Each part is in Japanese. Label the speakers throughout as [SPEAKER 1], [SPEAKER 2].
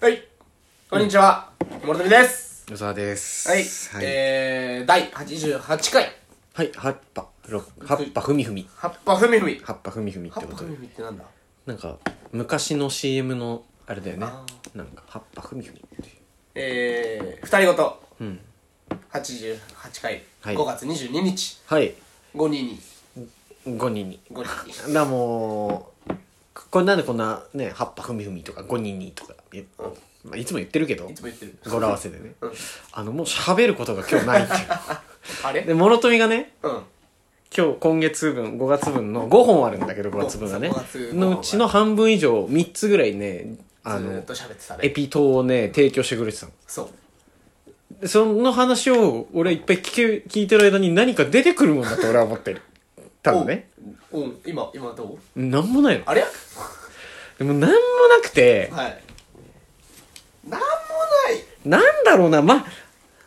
[SPEAKER 1] はい。こんにちは。諸富です。
[SPEAKER 2] 与沢です。
[SPEAKER 1] はい。
[SPEAKER 2] はい。
[SPEAKER 1] えー、第88回。
[SPEAKER 2] はい。葉っぱ、ろ葉っぱふみふみ。
[SPEAKER 1] 葉っぱふみふみ。
[SPEAKER 2] 葉っぱふみふみっ
[SPEAKER 1] 葉
[SPEAKER 2] て
[SPEAKER 1] っ
[SPEAKER 2] こ
[SPEAKER 1] ぱ
[SPEAKER 2] と
[SPEAKER 1] ふみふみってなんだ
[SPEAKER 2] なんか、昔の CM の、あれだよね。なんか、葉っぱふみふみっていう。
[SPEAKER 1] えー、二人ごと。
[SPEAKER 2] うん。
[SPEAKER 1] 88回。
[SPEAKER 2] はい
[SPEAKER 1] 5月22日。
[SPEAKER 2] はい。
[SPEAKER 1] 5人に。
[SPEAKER 2] 5人に。
[SPEAKER 1] 5人に。
[SPEAKER 2] だ、もう、ここれなんでこんな、ね、葉っぱふみふみとか、5人にとか、いまあ、いつも言ってるけど
[SPEAKER 1] いつ、も言ってる。
[SPEAKER 2] 語呂合わせでね
[SPEAKER 1] うん。
[SPEAKER 2] あの、もう喋ることが今日ないってい
[SPEAKER 1] あ
[SPEAKER 2] う。
[SPEAKER 1] れ
[SPEAKER 2] で、諸富がね、
[SPEAKER 1] うん。
[SPEAKER 2] 今日今月分5月分の5本あるんだけど5月分がね
[SPEAKER 1] 5月分
[SPEAKER 2] のうちの半分以上3つぐらいねあ
[SPEAKER 1] ずー
[SPEAKER 2] の
[SPEAKER 1] っと喋ってたね。
[SPEAKER 2] エピ糖をね提供してくれてたの
[SPEAKER 1] そう。
[SPEAKER 2] でその話を俺はいっぱい聞け聞いてる間に何か出てくるもんだと俺は思 ってる多分ね
[SPEAKER 1] お。うん。今、今どう
[SPEAKER 2] なんもないの
[SPEAKER 1] あれ
[SPEAKER 2] でもなんもなくて
[SPEAKER 1] はい。なんもない。
[SPEAKER 2] なんだろうなまあ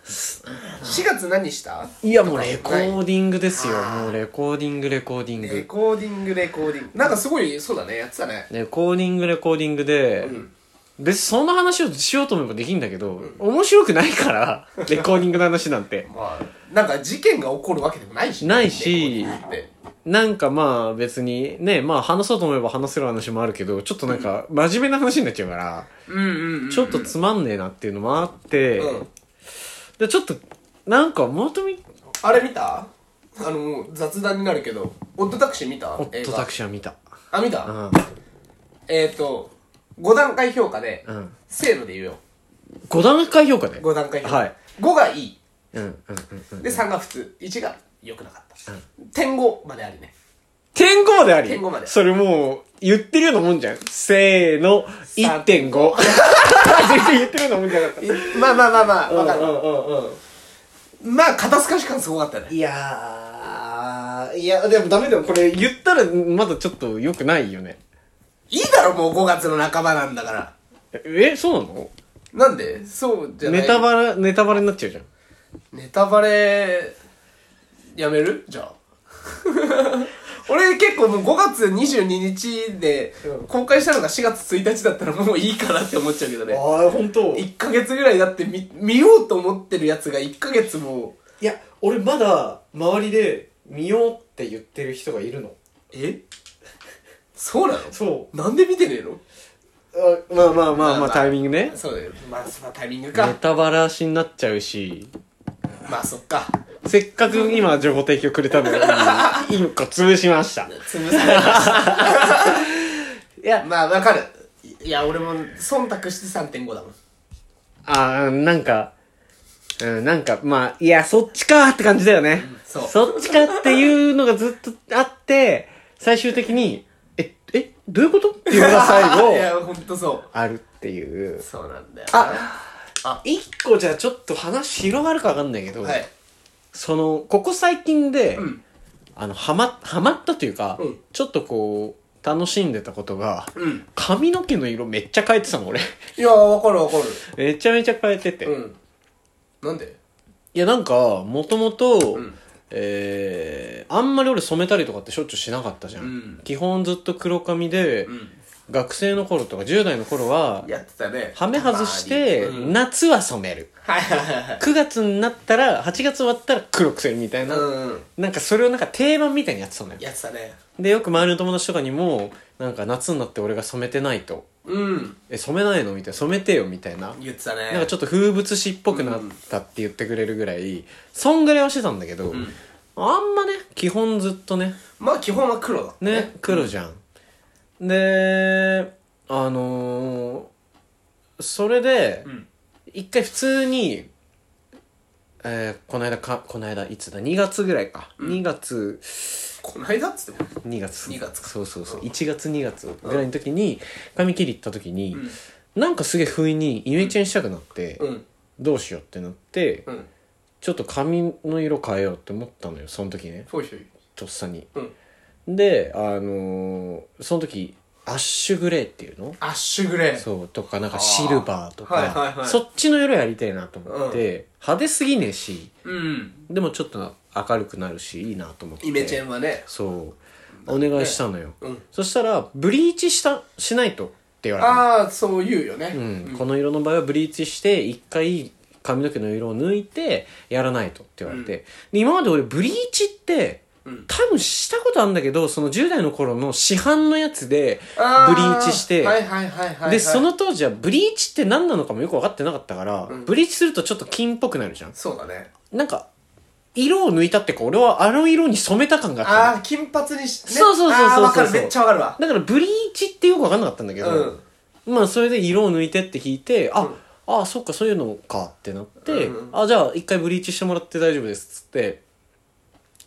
[SPEAKER 1] 4月何した
[SPEAKER 2] いやもうレコ
[SPEAKER 1] ない
[SPEAKER 2] ーディングですよもうレコーディングレコーディン
[SPEAKER 1] レ
[SPEAKER 2] グ
[SPEAKER 1] コーディング、レコーディング。なんかすごい、そうだね。やってたね。
[SPEAKER 2] レコーディングレコーディングで、
[SPEAKER 1] うん
[SPEAKER 2] 別にその話をしようと思えばできんだけど、面白くないから レコーディングの話なんて
[SPEAKER 1] まあ、なんか事件が起こるわけでもないしね、
[SPEAKER 2] ないし
[SPEAKER 1] レコーディングって
[SPEAKER 2] なんかまあ別にねまあ話そうと思えば話せる話もあるけどちょっとなんか真面目な話になっちゃうから、
[SPEAKER 1] うんうんうん。
[SPEAKER 2] ちょっとつまんねえなっていうのもあって、
[SPEAKER 1] うん
[SPEAKER 2] でちょっとなんかもとみ
[SPEAKER 1] あれ見たあの、雑談になるけど、オッドタクシー見た
[SPEAKER 2] ホットタク
[SPEAKER 1] シ
[SPEAKER 2] シーは見た、
[SPEAKER 1] ー。あ、見
[SPEAKER 2] う
[SPEAKER 1] た
[SPEAKER 2] ん
[SPEAKER 1] えっと、5段階評価で、
[SPEAKER 2] うん、
[SPEAKER 1] せーので言うよ。
[SPEAKER 2] 5段階評価で
[SPEAKER 1] 5段階評価。
[SPEAKER 2] はい、
[SPEAKER 1] 5がいい。
[SPEAKER 2] うんうんうんうん、
[SPEAKER 1] で、3が普通。1が良くなかった。点5までありね。
[SPEAKER 2] 点5まであり
[SPEAKER 1] 点五まで
[SPEAKER 2] それもう、言ってるようなもんじゃん。せーの、1.5。全然言ってるようなもんじゃなかっ
[SPEAKER 1] まあまあまあまあ、
[SPEAKER 2] た。
[SPEAKER 1] わかる。
[SPEAKER 2] うんうんうん。
[SPEAKER 1] まあ、肩透かし感すごかったね。
[SPEAKER 2] いやー、いや、でもダメだよ。これ言ったらまだちょっと良くないよね。
[SPEAKER 1] いいだろ、もう5月の半ばなんだから。
[SPEAKER 2] え、そう
[SPEAKER 1] な
[SPEAKER 2] なの
[SPEAKER 1] んでそうじゃない
[SPEAKER 2] ネタバレ、ネタバレになっちゃうじゃん。
[SPEAKER 1] ネタバレ、やめるじゃあ。 俺結構もう5月22日で
[SPEAKER 2] うん
[SPEAKER 1] 公開したのが4月1日だったらもういいかなって思っちゃうけどね。
[SPEAKER 2] あー、ほんとい
[SPEAKER 1] 1ヶ月ぐらいだって見、見ようと思ってるやつが1ヶ月も、
[SPEAKER 2] や、俺まだ周りで見ようって言ってる人がいるの。
[SPEAKER 1] えそうなの
[SPEAKER 2] そ
[SPEAKER 1] なんで見てねえの
[SPEAKER 2] う。あまあまあま
[SPEAKER 1] ま
[SPEAKER 2] あ
[SPEAKER 1] あ
[SPEAKER 2] ま
[SPEAKER 1] ま
[SPEAKER 2] あ
[SPEAKER 1] あ
[SPEAKER 2] タイミングね。
[SPEAKER 1] そうだよ。まあ、そのタイミング
[SPEAKER 2] ネ
[SPEAKER 1] か。
[SPEAKER 2] タバラしになっちゃうし。
[SPEAKER 1] まあ、そっか。
[SPEAKER 2] せっかく今情報提供くれた のに、一個潰しました。
[SPEAKER 1] 潰されました。
[SPEAKER 2] いや、
[SPEAKER 1] まあ、わかる。いや、俺も忖度して3.5だもん。
[SPEAKER 2] あーなんか、うん、なんか、まあ、いや、そっちかーって感じだよね。
[SPEAKER 1] そう
[SPEAKER 2] っちかっていうのがずっとあって、最終的に、え、え、どういうこと っていうのが
[SPEAKER 1] い
[SPEAKER 2] 最後、
[SPEAKER 1] や、ほんとそ
[SPEAKER 2] あるっていう
[SPEAKER 1] う。。そうなんだよ。
[SPEAKER 2] あ、
[SPEAKER 1] あ
[SPEAKER 2] 一個じゃあちょっと話広がるかわかんないけど、
[SPEAKER 1] はい。
[SPEAKER 2] その、ここ最近で、
[SPEAKER 1] うん
[SPEAKER 2] あの、はま、はまったというか、
[SPEAKER 1] うん
[SPEAKER 2] ちょっとこう、楽しんでたことが、
[SPEAKER 1] うん。
[SPEAKER 2] 髪の毛の色めっちゃ変えてたの俺
[SPEAKER 1] いやー、わかるわかる。
[SPEAKER 2] めちゃめちゃ変えてて、
[SPEAKER 1] う
[SPEAKER 2] い
[SPEAKER 1] ん。なんで
[SPEAKER 2] やなんかもともと
[SPEAKER 1] ん
[SPEAKER 2] えー、あんまり俺染めたりとかってしょっちゅうしなかったじゃん、
[SPEAKER 1] うん
[SPEAKER 2] 基本ずっと黒髪で、
[SPEAKER 1] ん。
[SPEAKER 2] 学生の頃とか10代の頃は
[SPEAKER 1] やってたね。
[SPEAKER 2] はめ外して、
[SPEAKER 1] うん
[SPEAKER 2] 夏は染める
[SPEAKER 1] はいはいはい。
[SPEAKER 2] 9月になったら8月終わったら黒くするみたいな、
[SPEAKER 1] うん。
[SPEAKER 2] なんかそれをなんか定番みたいにやってたのよ
[SPEAKER 1] やってたね。
[SPEAKER 2] でよく周りの友達とかにもなんか夏になって俺が染めてないと
[SPEAKER 1] うん。
[SPEAKER 2] 「え染めないの?」みたいな「染めてよ」みたいな
[SPEAKER 1] 言ってたね。
[SPEAKER 2] なんかちょっと風物詩っぽくなったって言ってくれるぐらい、そんぐらいはしてたんだけど、
[SPEAKER 1] ん
[SPEAKER 2] あんまね、基本ずっとね、
[SPEAKER 1] まあ基本は黒だった
[SPEAKER 2] ね、黒じゃん。で、あのーそれで
[SPEAKER 1] う、ん。
[SPEAKER 2] 一回普通に、えーこの間か、この間、いつだ、2月ぐらいか。2月、
[SPEAKER 1] こないだっつっても。
[SPEAKER 2] 2月。
[SPEAKER 1] 2月か
[SPEAKER 2] そうそうそう。
[SPEAKER 1] うん
[SPEAKER 2] 1月、2月ぐらいの時に、髪切り行った時に、
[SPEAKER 1] うん
[SPEAKER 2] なんかすげえ不意にイメチェンしたくなって、
[SPEAKER 1] うん。
[SPEAKER 2] どうしようってなって、
[SPEAKER 1] うん。
[SPEAKER 2] ちょっと髪の色変えようって思ったのよその時ね
[SPEAKER 1] ほいほい。
[SPEAKER 2] とっさに
[SPEAKER 1] うん。
[SPEAKER 2] であのーその時アッシュグレーっていうの
[SPEAKER 1] アッシュグレー。
[SPEAKER 2] そうとかなんかシルバーとか
[SPEAKER 1] はいはいはい
[SPEAKER 2] そっちの色やりたいなと思って、派手すぎねえし
[SPEAKER 1] うん。
[SPEAKER 2] でもちょっと明るくなるしいいなと思って
[SPEAKER 1] イメチェンはね。
[SPEAKER 2] そうお願いしたのよ、
[SPEAKER 1] うん。
[SPEAKER 2] そしたらブリーチしたしないとって言われた
[SPEAKER 1] ああそう言うよねう
[SPEAKER 2] うんこの色の場合はブリーチして一回髪の毛の色を抜いてやらないとって言われて、で今まで俺ブリーチって
[SPEAKER 1] うん
[SPEAKER 2] 多分したことあるんだけどその10代の頃の市販のやつで
[SPEAKER 1] あ
[SPEAKER 2] ブリーチして
[SPEAKER 1] はいはいはいはいはい
[SPEAKER 2] でその当時はブリーチって何なのかもよく分かってなかったから、
[SPEAKER 1] うん
[SPEAKER 2] ブリーチするとちょっと金っぽくなるじゃん
[SPEAKER 1] そうだね
[SPEAKER 2] なんか色を抜いたってか俺はあの色に染めた感があったの
[SPEAKER 1] ああ金髪にし、ね、
[SPEAKER 2] そうそうそうそうそう
[SPEAKER 1] あーわかるめっちゃわかるわ
[SPEAKER 2] だからブリーチってよく分かんなかったんだけど、まあそれで色を抜いてって聞いてあ、
[SPEAKER 1] うん
[SPEAKER 2] あそっかそういうのかってなって、
[SPEAKER 1] うん
[SPEAKER 2] あじゃあ一回ブリーチしてもらって大丈夫ですっつって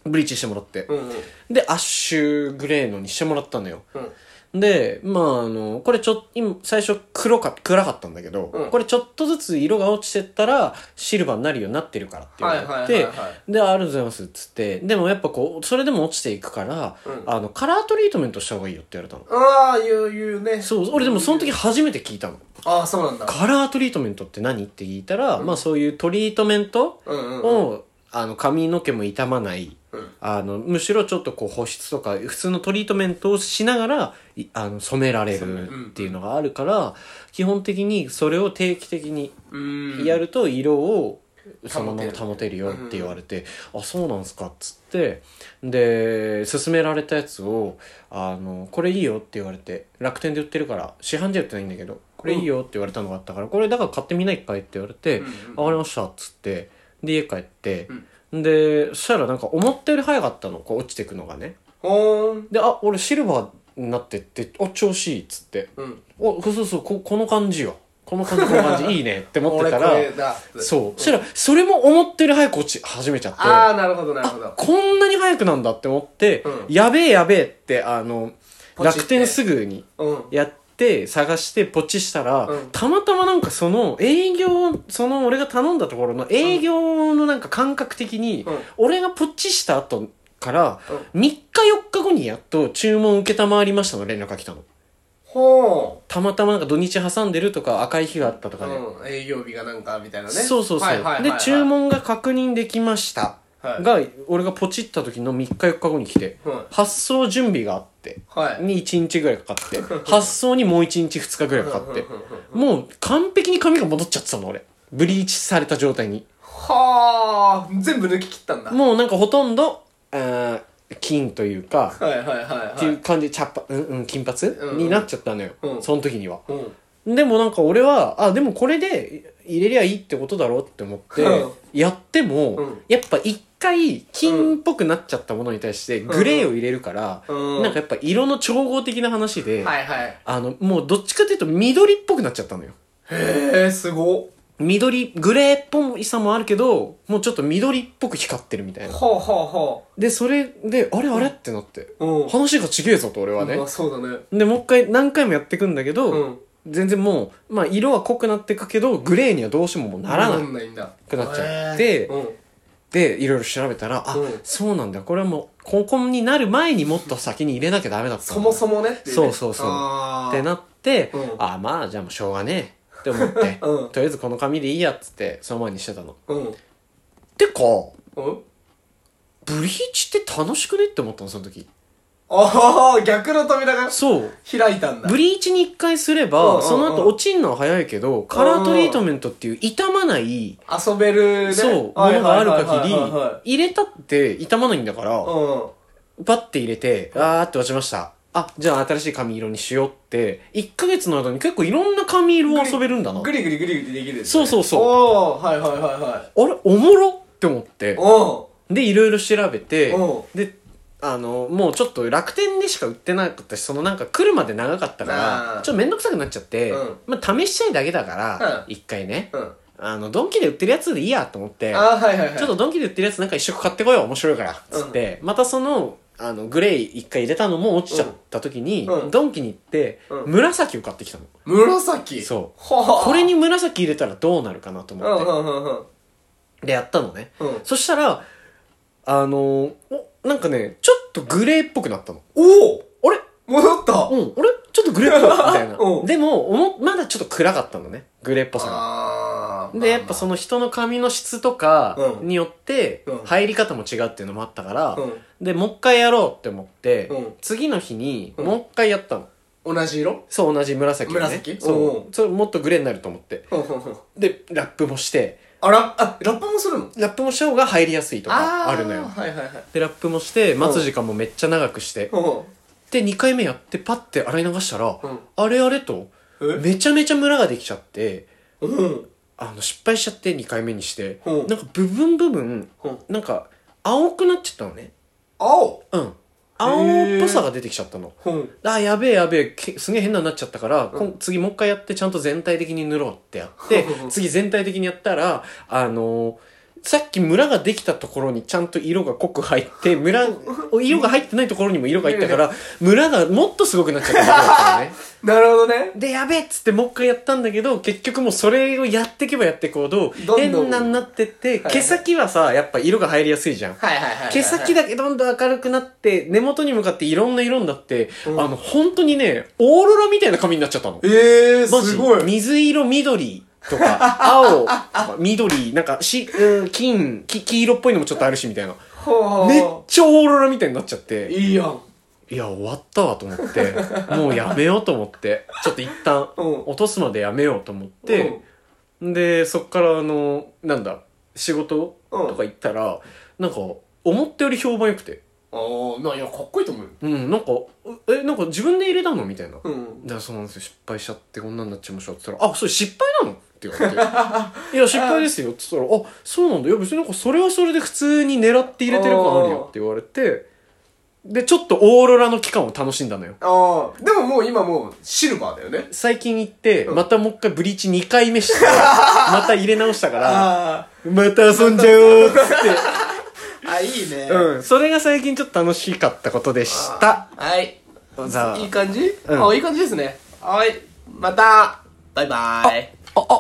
[SPEAKER 2] ブリーチしてもらって、
[SPEAKER 1] うんうん
[SPEAKER 2] でアッシュグレーのにしてもらったのよ
[SPEAKER 1] うん
[SPEAKER 2] でまああのこれちょっ今最初黒か暗かったんだけど、
[SPEAKER 1] うん
[SPEAKER 2] これちょっとずつ色が落ちてったらシルバーになるようになってるからって言われて、
[SPEAKER 1] はいはいはいは
[SPEAKER 2] でありがとうございますっつってでもやっぱこうそれでも落ちていくから、
[SPEAKER 1] うん
[SPEAKER 2] あのカラートリートメントした方がいいよって言われたの
[SPEAKER 1] ああ言う言うね
[SPEAKER 2] そう俺でもその時初めて聞いたの
[SPEAKER 1] ああそうなんだ
[SPEAKER 2] カラートリートメントって何って聞いたら、まあそういうトリートメント
[SPEAKER 1] うんうんうん
[SPEAKER 2] を、あの髪の毛も傷まない
[SPEAKER 1] うん
[SPEAKER 2] あのむしろちょっとこう保湿とか普通のトリートメントをしながらいあの染められるっていうのがあるから、基本的にそれを定期的に
[SPEAKER 1] うん
[SPEAKER 2] やると色をそのまま
[SPEAKER 1] 保てる
[SPEAKER 2] 保てるよって言われて、あそうなんすかっつってで勧められたやつをあの「これいいよ」って言われて楽天で売ってるから市販じゃ売ってないんだけど「これいいよ」って言われたのがあったから「これだから買ってみない一回」って言われて
[SPEAKER 1] うんうん
[SPEAKER 2] 「あわかりました」っつってで家帰って、でそしたらなんか思ったより早かったのこう落ちてくのがね
[SPEAKER 1] ほーん
[SPEAKER 2] で「あ俺シルバーになってってお調子いい」っつって
[SPEAKER 1] うん
[SPEAKER 2] 「おそうそうここの感じよこの感じこの感じいいね」って思って
[SPEAKER 1] 俺
[SPEAKER 2] た
[SPEAKER 1] こ
[SPEAKER 2] ら。
[SPEAKER 1] れだ
[SPEAKER 2] そう。そしたら、それも思ってる早く落ち始めちゃって、
[SPEAKER 1] ああなるほどなるほど
[SPEAKER 2] こんなに早くなんだって思って、
[SPEAKER 1] うん
[SPEAKER 2] やべえやべえって、あの、
[SPEAKER 1] ポチって
[SPEAKER 2] 楽天すぐに
[SPEAKER 1] うん
[SPEAKER 2] やって、探してポチしたら、
[SPEAKER 1] うん
[SPEAKER 2] たまたまなんかその営業、その俺が頼んだところの営業のなんか感覚的に、
[SPEAKER 1] うん
[SPEAKER 2] 俺がポチした後から、3日4日後にやっと注文受けたまわりましたの連絡が来たの。
[SPEAKER 1] ほ
[SPEAKER 2] たまたまなんか土日挟んでるとか赤い日があったと
[SPEAKER 1] う
[SPEAKER 2] かで、
[SPEAKER 1] ん営業日がなんかみたいなね
[SPEAKER 2] そうそうそう、
[SPEAKER 1] はいはいはいはい
[SPEAKER 2] で注文が確認できました、
[SPEAKER 1] はい
[SPEAKER 2] が俺がポチった時の3日4日後に来て、
[SPEAKER 1] はい
[SPEAKER 2] 発送準備があって
[SPEAKER 1] はい
[SPEAKER 2] に1日ぐらいかか って発送にもう1日2日ぐらいかかって
[SPEAKER 1] うんうんうん
[SPEAKER 2] もう完璧に髪が戻っちゃってたの俺ブリーチされた状態に
[SPEAKER 1] はあ全部抜き切ったんだ
[SPEAKER 2] もうなんかほとんど、あー金というか、
[SPEAKER 1] はいはいはいはい
[SPEAKER 2] っていう感じ茶っぱうんうん金髪、
[SPEAKER 1] んうん
[SPEAKER 2] になっちゃったのよ、
[SPEAKER 1] うん
[SPEAKER 2] その時には
[SPEAKER 1] うん
[SPEAKER 2] でもなんか俺は、あ、でもこれで入れりゃいいってことだろうって思って
[SPEAKER 1] うん、
[SPEAKER 2] やっても、
[SPEAKER 1] うん
[SPEAKER 2] やっぱ一回金っぽくなっちゃったものに対してグレーを入れるから、
[SPEAKER 1] うん
[SPEAKER 2] なんかやっぱ色の調合的な話で、
[SPEAKER 1] はいはい
[SPEAKER 2] あの、もうどっちかというと緑っぽくなっちゃったのよ。
[SPEAKER 1] へえすご
[SPEAKER 2] 緑、グレーっぽいさもあるけど、もうちょっと緑っぽく光ってるみたいな。
[SPEAKER 1] ほうほうほ
[SPEAKER 2] で、それで、あれあれってなって、
[SPEAKER 1] ううん
[SPEAKER 2] 話がちげえぞと俺はね
[SPEAKER 1] まあ。そうだね
[SPEAKER 2] で、もう一回何回もやっていくんだけど、
[SPEAKER 1] うん
[SPEAKER 2] 全然もう、まあ、色は濃くなってくけどグレーにはどうしてももうならない、
[SPEAKER 1] ないんだ
[SPEAKER 2] くなっちゃって
[SPEAKER 1] へーうん
[SPEAKER 2] でいろいろ調べたらあ、
[SPEAKER 1] うん
[SPEAKER 2] そうなんだこれはもうここになる前にもっと先に入れなきゃダメだった
[SPEAKER 1] そも
[SPEAKER 2] も
[SPEAKER 1] そもねっていね
[SPEAKER 2] そうそうそう
[SPEAKER 1] あ
[SPEAKER 2] っ
[SPEAKER 1] ー
[SPEAKER 2] てなって、
[SPEAKER 1] うん
[SPEAKER 2] あまあじゃあもうしょうがねえって思って、
[SPEAKER 1] うん
[SPEAKER 2] とりあえずこの紙でいいやっつってその前にしてたの
[SPEAKER 1] うん
[SPEAKER 2] てか
[SPEAKER 1] うん
[SPEAKER 2] ブリーチって楽しくねって思ったのその時
[SPEAKER 1] ああ逆の扉が
[SPEAKER 2] そう
[SPEAKER 1] 開いたんだ
[SPEAKER 2] ブリーチに一回すれば、
[SPEAKER 1] うんうんうん
[SPEAKER 2] その後落ちんのは早いけどカラートリートメントっていう傷まない、
[SPEAKER 1] 遊べるね
[SPEAKER 2] そう、もの
[SPEAKER 1] はいはい
[SPEAKER 2] がある
[SPEAKER 1] はいはいはいは
[SPEAKER 2] 限り、入れたって傷まないんだから、
[SPEAKER 1] い
[SPEAKER 2] パッて入れて、あーって落ちました。あ、じゃあ新しい髪色にしようって、1ヶ月の間に結構いろんな髪色を遊べるんだ
[SPEAKER 1] う。
[SPEAKER 2] なん
[SPEAKER 1] グリグリグリグリできる
[SPEAKER 2] そうそうそう
[SPEAKER 1] おおはいはいはいはい
[SPEAKER 2] あれ、おもろって思って。
[SPEAKER 1] お
[SPEAKER 2] で、いろいろ調べて
[SPEAKER 1] うん、
[SPEAKER 2] で、あの、もうちょっと楽天でしか売ってなかったし、そのなんか来るまで長かったか
[SPEAKER 1] あ
[SPEAKER 2] ら
[SPEAKER 1] ー、
[SPEAKER 2] ちょっとめんどくさくなっちゃって
[SPEAKER 1] うん、
[SPEAKER 2] まあ試したいだけだから、
[SPEAKER 1] うん
[SPEAKER 2] 1回ね、
[SPEAKER 1] うん
[SPEAKER 2] あの、ドンキで売ってるやつでいいやと思って、
[SPEAKER 1] あーはいはいはい
[SPEAKER 2] ちょっとドンキで売ってるやつなんか一色買ってこよう面白いからっつって、またそのあのグレー一回入れたのも落ちちゃった時に、
[SPEAKER 1] うんうん
[SPEAKER 2] ドンキに行って、
[SPEAKER 1] うん
[SPEAKER 2] 紫を買ってきたの
[SPEAKER 1] 紫
[SPEAKER 2] そう
[SPEAKER 1] はあ
[SPEAKER 2] これに紫入れたらどうなるかなと
[SPEAKER 1] うんう
[SPEAKER 2] 思
[SPEAKER 1] ん
[SPEAKER 2] って、
[SPEAKER 1] うんうん
[SPEAKER 2] でやったのね、
[SPEAKER 1] うん
[SPEAKER 2] そしたらあのーおなんかねちょっとグレーっぽくなったの
[SPEAKER 1] おお
[SPEAKER 2] あれ
[SPEAKER 1] 戻った
[SPEAKER 2] うん俺ちょっとグレーっぽいみたいな、
[SPEAKER 1] うん
[SPEAKER 2] でもおもまだちょっと暗かったのねグレーっぽさが
[SPEAKER 1] あー
[SPEAKER 2] で、やっぱその人の髪の質とか
[SPEAKER 1] うん
[SPEAKER 2] によって
[SPEAKER 1] うん
[SPEAKER 2] 入り方も違うっていうのもあったから、
[SPEAKER 1] うん
[SPEAKER 2] でもう一回やろうって思って、
[SPEAKER 1] うん
[SPEAKER 2] 次の日に
[SPEAKER 1] うん
[SPEAKER 2] もう一回やったの、
[SPEAKER 1] お同じ色
[SPEAKER 2] そう同じ紫のね
[SPEAKER 1] 紫
[SPEAKER 2] そ
[SPEAKER 1] お
[SPEAKER 2] うそれもっとグレーになると思って
[SPEAKER 1] ほんほんほん
[SPEAKER 2] でラップもして
[SPEAKER 1] あらあラッパもするの
[SPEAKER 2] ラップもした方が入りやすいとかあるの
[SPEAKER 1] ー
[SPEAKER 2] よ
[SPEAKER 1] はいはいはい
[SPEAKER 2] でラップもして待つ時間もめっちゃ長くして
[SPEAKER 1] ほんほん
[SPEAKER 2] で2回目やってパッて洗い流したら、
[SPEAKER 1] うん
[SPEAKER 2] あれあれと
[SPEAKER 1] え
[SPEAKER 2] めちゃめちゃムラができちゃって
[SPEAKER 1] うん
[SPEAKER 2] あの失敗しちゃって2回目にして、
[SPEAKER 1] うん
[SPEAKER 2] なんか部分部分
[SPEAKER 1] うん
[SPEAKER 2] なんか青くなっちゃったのね
[SPEAKER 1] 青
[SPEAKER 2] うん青っぽさが出てきちゃったの
[SPEAKER 1] うん
[SPEAKER 2] あやべえやべえけすげえ変なになっちゃったから、こん次もう一回やってちゃんと全体的に塗ろうってやって次全体的にやったらあのーさっきムラができたところにちゃんと色が濃く入って、ム ラ、色が入ってないところにも色が入ったから、ムラがもっとすごくなっちゃったことだった のね。
[SPEAKER 1] なるほどね
[SPEAKER 2] で、やべえっつってもう一回やったんだけど、結局もうそれをやっていけばやっていくほど、
[SPEAKER 1] どんどん
[SPEAKER 2] 変なになってって、
[SPEAKER 1] はい
[SPEAKER 2] 毛先はさ、やっぱ色が入りやすいじゃん。
[SPEAKER 1] はいはいはいはい
[SPEAKER 2] 毛先
[SPEAKER 1] だ
[SPEAKER 2] だけどんどん明るくなって、根元に向かっていろんな色になって、
[SPEAKER 1] うん
[SPEAKER 2] あの、本当にね、オーロラみたいな髪になっちゃったの。
[SPEAKER 1] ええ
[SPEAKER 2] マジ
[SPEAKER 1] すごい
[SPEAKER 2] 水色緑 とか、青とか、緑、なんか、し、うん金、き黄色っぽいのもちょっとあるし、みたいな。
[SPEAKER 1] ほう
[SPEAKER 2] めっちゃオーロラみたいになっちゃって。
[SPEAKER 1] いいやん
[SPEAKER 2] いや、終わったわと思って、もうやめようと思って、ちょっと一旦、
[SPEAKER 1] うん
[SPEAKER 2] 落とすまでやめようと思って、で、そっからあの、なんだ、仕事とか行ったら、なんか、思ったより評判良くて、
[SPEAKER 1] ああないやかっこいいと思うよ
[SPEAKER 2] うん、なんか、え、なんか自分で入れたのみたいな。
[SPEAKER 1] うん
[SPEAKER 2] だからそうなんですよ、失敗しちゃってこんなになっちゃいましたって言ったら、あ、それ失敗なのって言われ て、いや、失敗ですよって言ったら、あ、そうなんだ。いや、別になんかそれはそれで普通に狙って入れてる感あるよって言われて、で、ちょっとオーロラの期間を楽しんだのよ。
[SPEAKER 1] ああでももう今もうシルバーだよね
[SPEAKER 2] 最近行って、
[SPEAKER 1] うん
[SPEAKER 2] またもう一回ブリーチ2回目して、また入れ直したか ら、
[SPEAKER 1] あ
[SPEAKER 2] また遊んじゃおうっつっ
[SPEAKER 1] ああいいね
[SPEAKER 2] て。うん。それが最近ちょっと楽しかったことでした。
[SPEAKER 1] はい
[SPEAKER 2] じゃあ
[SPEAKER 1] いい感じ
[SPEAKER 2] うん
[SPEAKER 1] あいい感じですねはいまたバイバイ